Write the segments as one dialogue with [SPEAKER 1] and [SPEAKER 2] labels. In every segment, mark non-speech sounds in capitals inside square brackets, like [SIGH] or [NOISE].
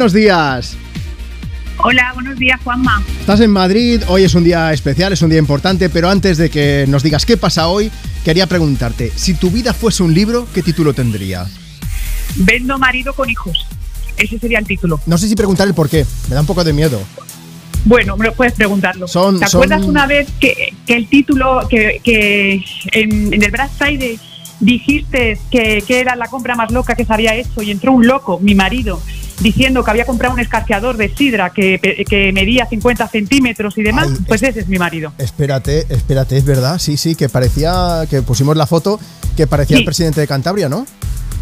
[SPEAKER 1] Buenos días.
[SPEAKER 2] Hola, buenos días, Juanma.
[SPEAKER 1] Estás en Madrid, hoy es un día especial, es un día importante, pero antes de que nos digas qué pasa hoy, quería preguntarte, si tu vida fuese un libro, ¿qué título tendría?
[SPEAKER 2] Vendo marido con hijos. Ese sería el título.
[SPEAKER 1] No sé si preguntar el por qué, me da un poco de miedo.
[SPEAKER 2] Bueno, me lo puedes preguntarlo.
[SPEAKER 1] Son-
[SPEAKER 2] ¿Te
[SPEAKER 1] son-
[SPEAKER 2] acuerdas una vez que, que el título, que, que en, en el Black Friday dijiste que, que era la compra más loca que se había hecho y entró un loco, mi marido, diciendo que había comprado un escarceador de sidra que, pe- que medía 50 centímetros y demás?
[SPEAKER 1] Ay,
[SPEAKER 2] pues ese es mi marido.
[SPEAKER 1] Espérate, espérate, es verdad, sí, sí, que parecía, que pusimos la foto, que parecía
[SPEAKER 2] Sí.
[SPEAKER 1] el presidente de Cantabria, ¿no?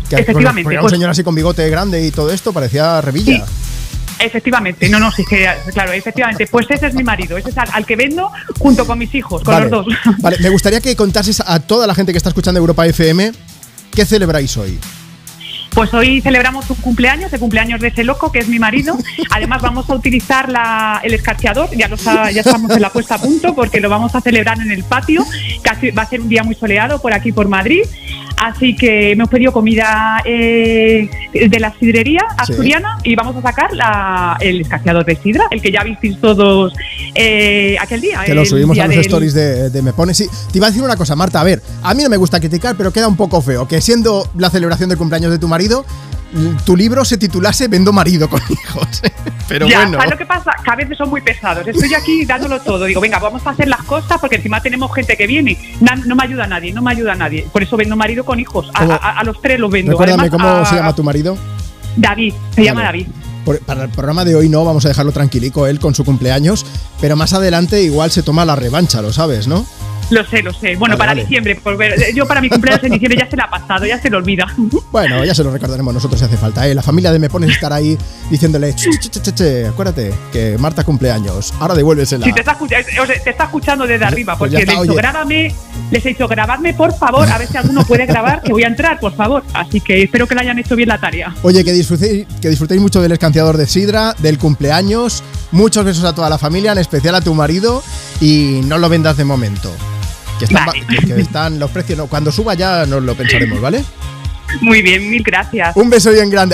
[SPEAKER 1] Que
[SPEAKER 2] Efectivamente,
[SPEAKER 1] porque era un
[SPEAKER 2] pues-
[SPEAKER 1] señor así con bigote grande y todo esto, parecía Revilla.
[SPEAKER 2] Efectivamente, no, no, sí que, claro, efectivamente, pues ese es mi marido, ese es al, al que vendo junto con mis hijos, con
[SPEAKER 1] vale,
[SPEAKER 2] los dos.
[SPEAKER 1] vale, me gustaría que contases a toda la gente que está escuchando Europa FM qué celebráis hoy.
[SPEAKER 2] Pues hoy celebramos un cumpleaños, el cumpleaños de ese loco que es mi marido. Además vamos a utilizar la- el escarcheador, ya, lo está- ya estamos en la puesta a punto porque lo vamos a celebrar en el patio. Casi va a ser un día muy soleado por aquí por Madrid. Así que hemos pedido comida eh, de la sidrería
[SPEAKER 1] Sí.
[SPEAKER 2] asturiana y vamos a sacar la- el escarcheador de sidra, el que ya visteis todos eh, aquel día.
[SPEAKER 1] Que lo
[SPEAKER 2] el
[SPEAKER 1] subimos
[SPEAKER 2] día
[SPEAKER 1] a los
[SPEAKER 2] del-
[SPEAKER 1] stories de, de Me Pones. Sí, te iba a decir una cosa, Marta. A ver, a mí no me gusta criticar, pero queda un poco feo que siendo la celebración del cumpleaños de tu marido, l- tu libro se titulase Vendo marido con [LAUGHS] hijos. Pero
[SPEAKER 2] ya,
[SPEAKER 1] bueno.
[SPEAKER 2] ¿sabes lo que pasa? Que a veces son muy pesados. Estoy aquí dándolo todo. Digo, venga, vamos a hacer las cosas porque encima tenemos gente que viene. Na- no me ayuda nadie, no me ayuda nadie. Por eso vendo marido con hijos. A,
[SPEAKER 1] ¿Cómo?
[SPEAKER 2] a- a los tres los vendo.
[SPEAKER 1] Recuérdame
[SPEAKER 2] Además,
[SPEAKER 1] cómo
[SPEAKER 2] a-
[SPEAKER 1] se llama tu marido.
[SPEAKER 2] David, se llama
[SPEAKER 1] Vale.
[SPEAKER 2] David.
[SPEAKER 1] Por- para el programa de hoy no, vamos a dejarlo tranquilico él con su cumpleaños, pero más adelante igual se toma la revancha, lo sabes, ¿no?
[SPEAKER 2] Lo sé, lo sé. Bueno,
[SPEAKER 1] Vale,
[SPEAKER 2] para
[SPEAKER 1] vale.
[SPEAKER 2] diciembre, por ver- eh, yo para mi cumpleaños en diciembre ya se la ha pasado, ya se lo olvida.
[SPEAKER 1] Bueno, ya se lo recordaremos nosotros si hace falta. ¿eh? La familia de Me Pones estará ahí diciéndole, "Ch, ch, ch, ch, ch, acuérdate que Marta cumpleaños, ahora devuélvesela.
[SPEAKER 2] Si te está, escucha- eh, o sea, te está escuchando desde arriba,
[SPEAKER 1] pues
[SPEAKER 2] porque
[SPEAKER 1] ya
[SPEAKER 2] les
[SPEAKER 1] está,
[SPEAKER 2] he dicho,
[SPEAKER 1] oye.
[SPEAKER 2] grábame, les he dicho, grabadme por favor, a ver si alguno puede grabar, que voy a entrar, por favor. Así que espero que le hayan hecho bien la tarea.
[SPEAKER 1] Oye, que disfrutéis, que disfrutéis mucho del escanciador de Sidra, del cumpleaños, muchos besos a toda la familia, en especial a tu marido, y no lo vendas de momento. Que están,
[SPEAKER 2] Vale.
[SPEAKER 1] va- que- que están los precios, no, cuando suba ya nos lo pensaremos, ¿vale?
[SPEAKER 2] Muy bien, mil gracias.
[SPEAKER 1] Un beso bien grande.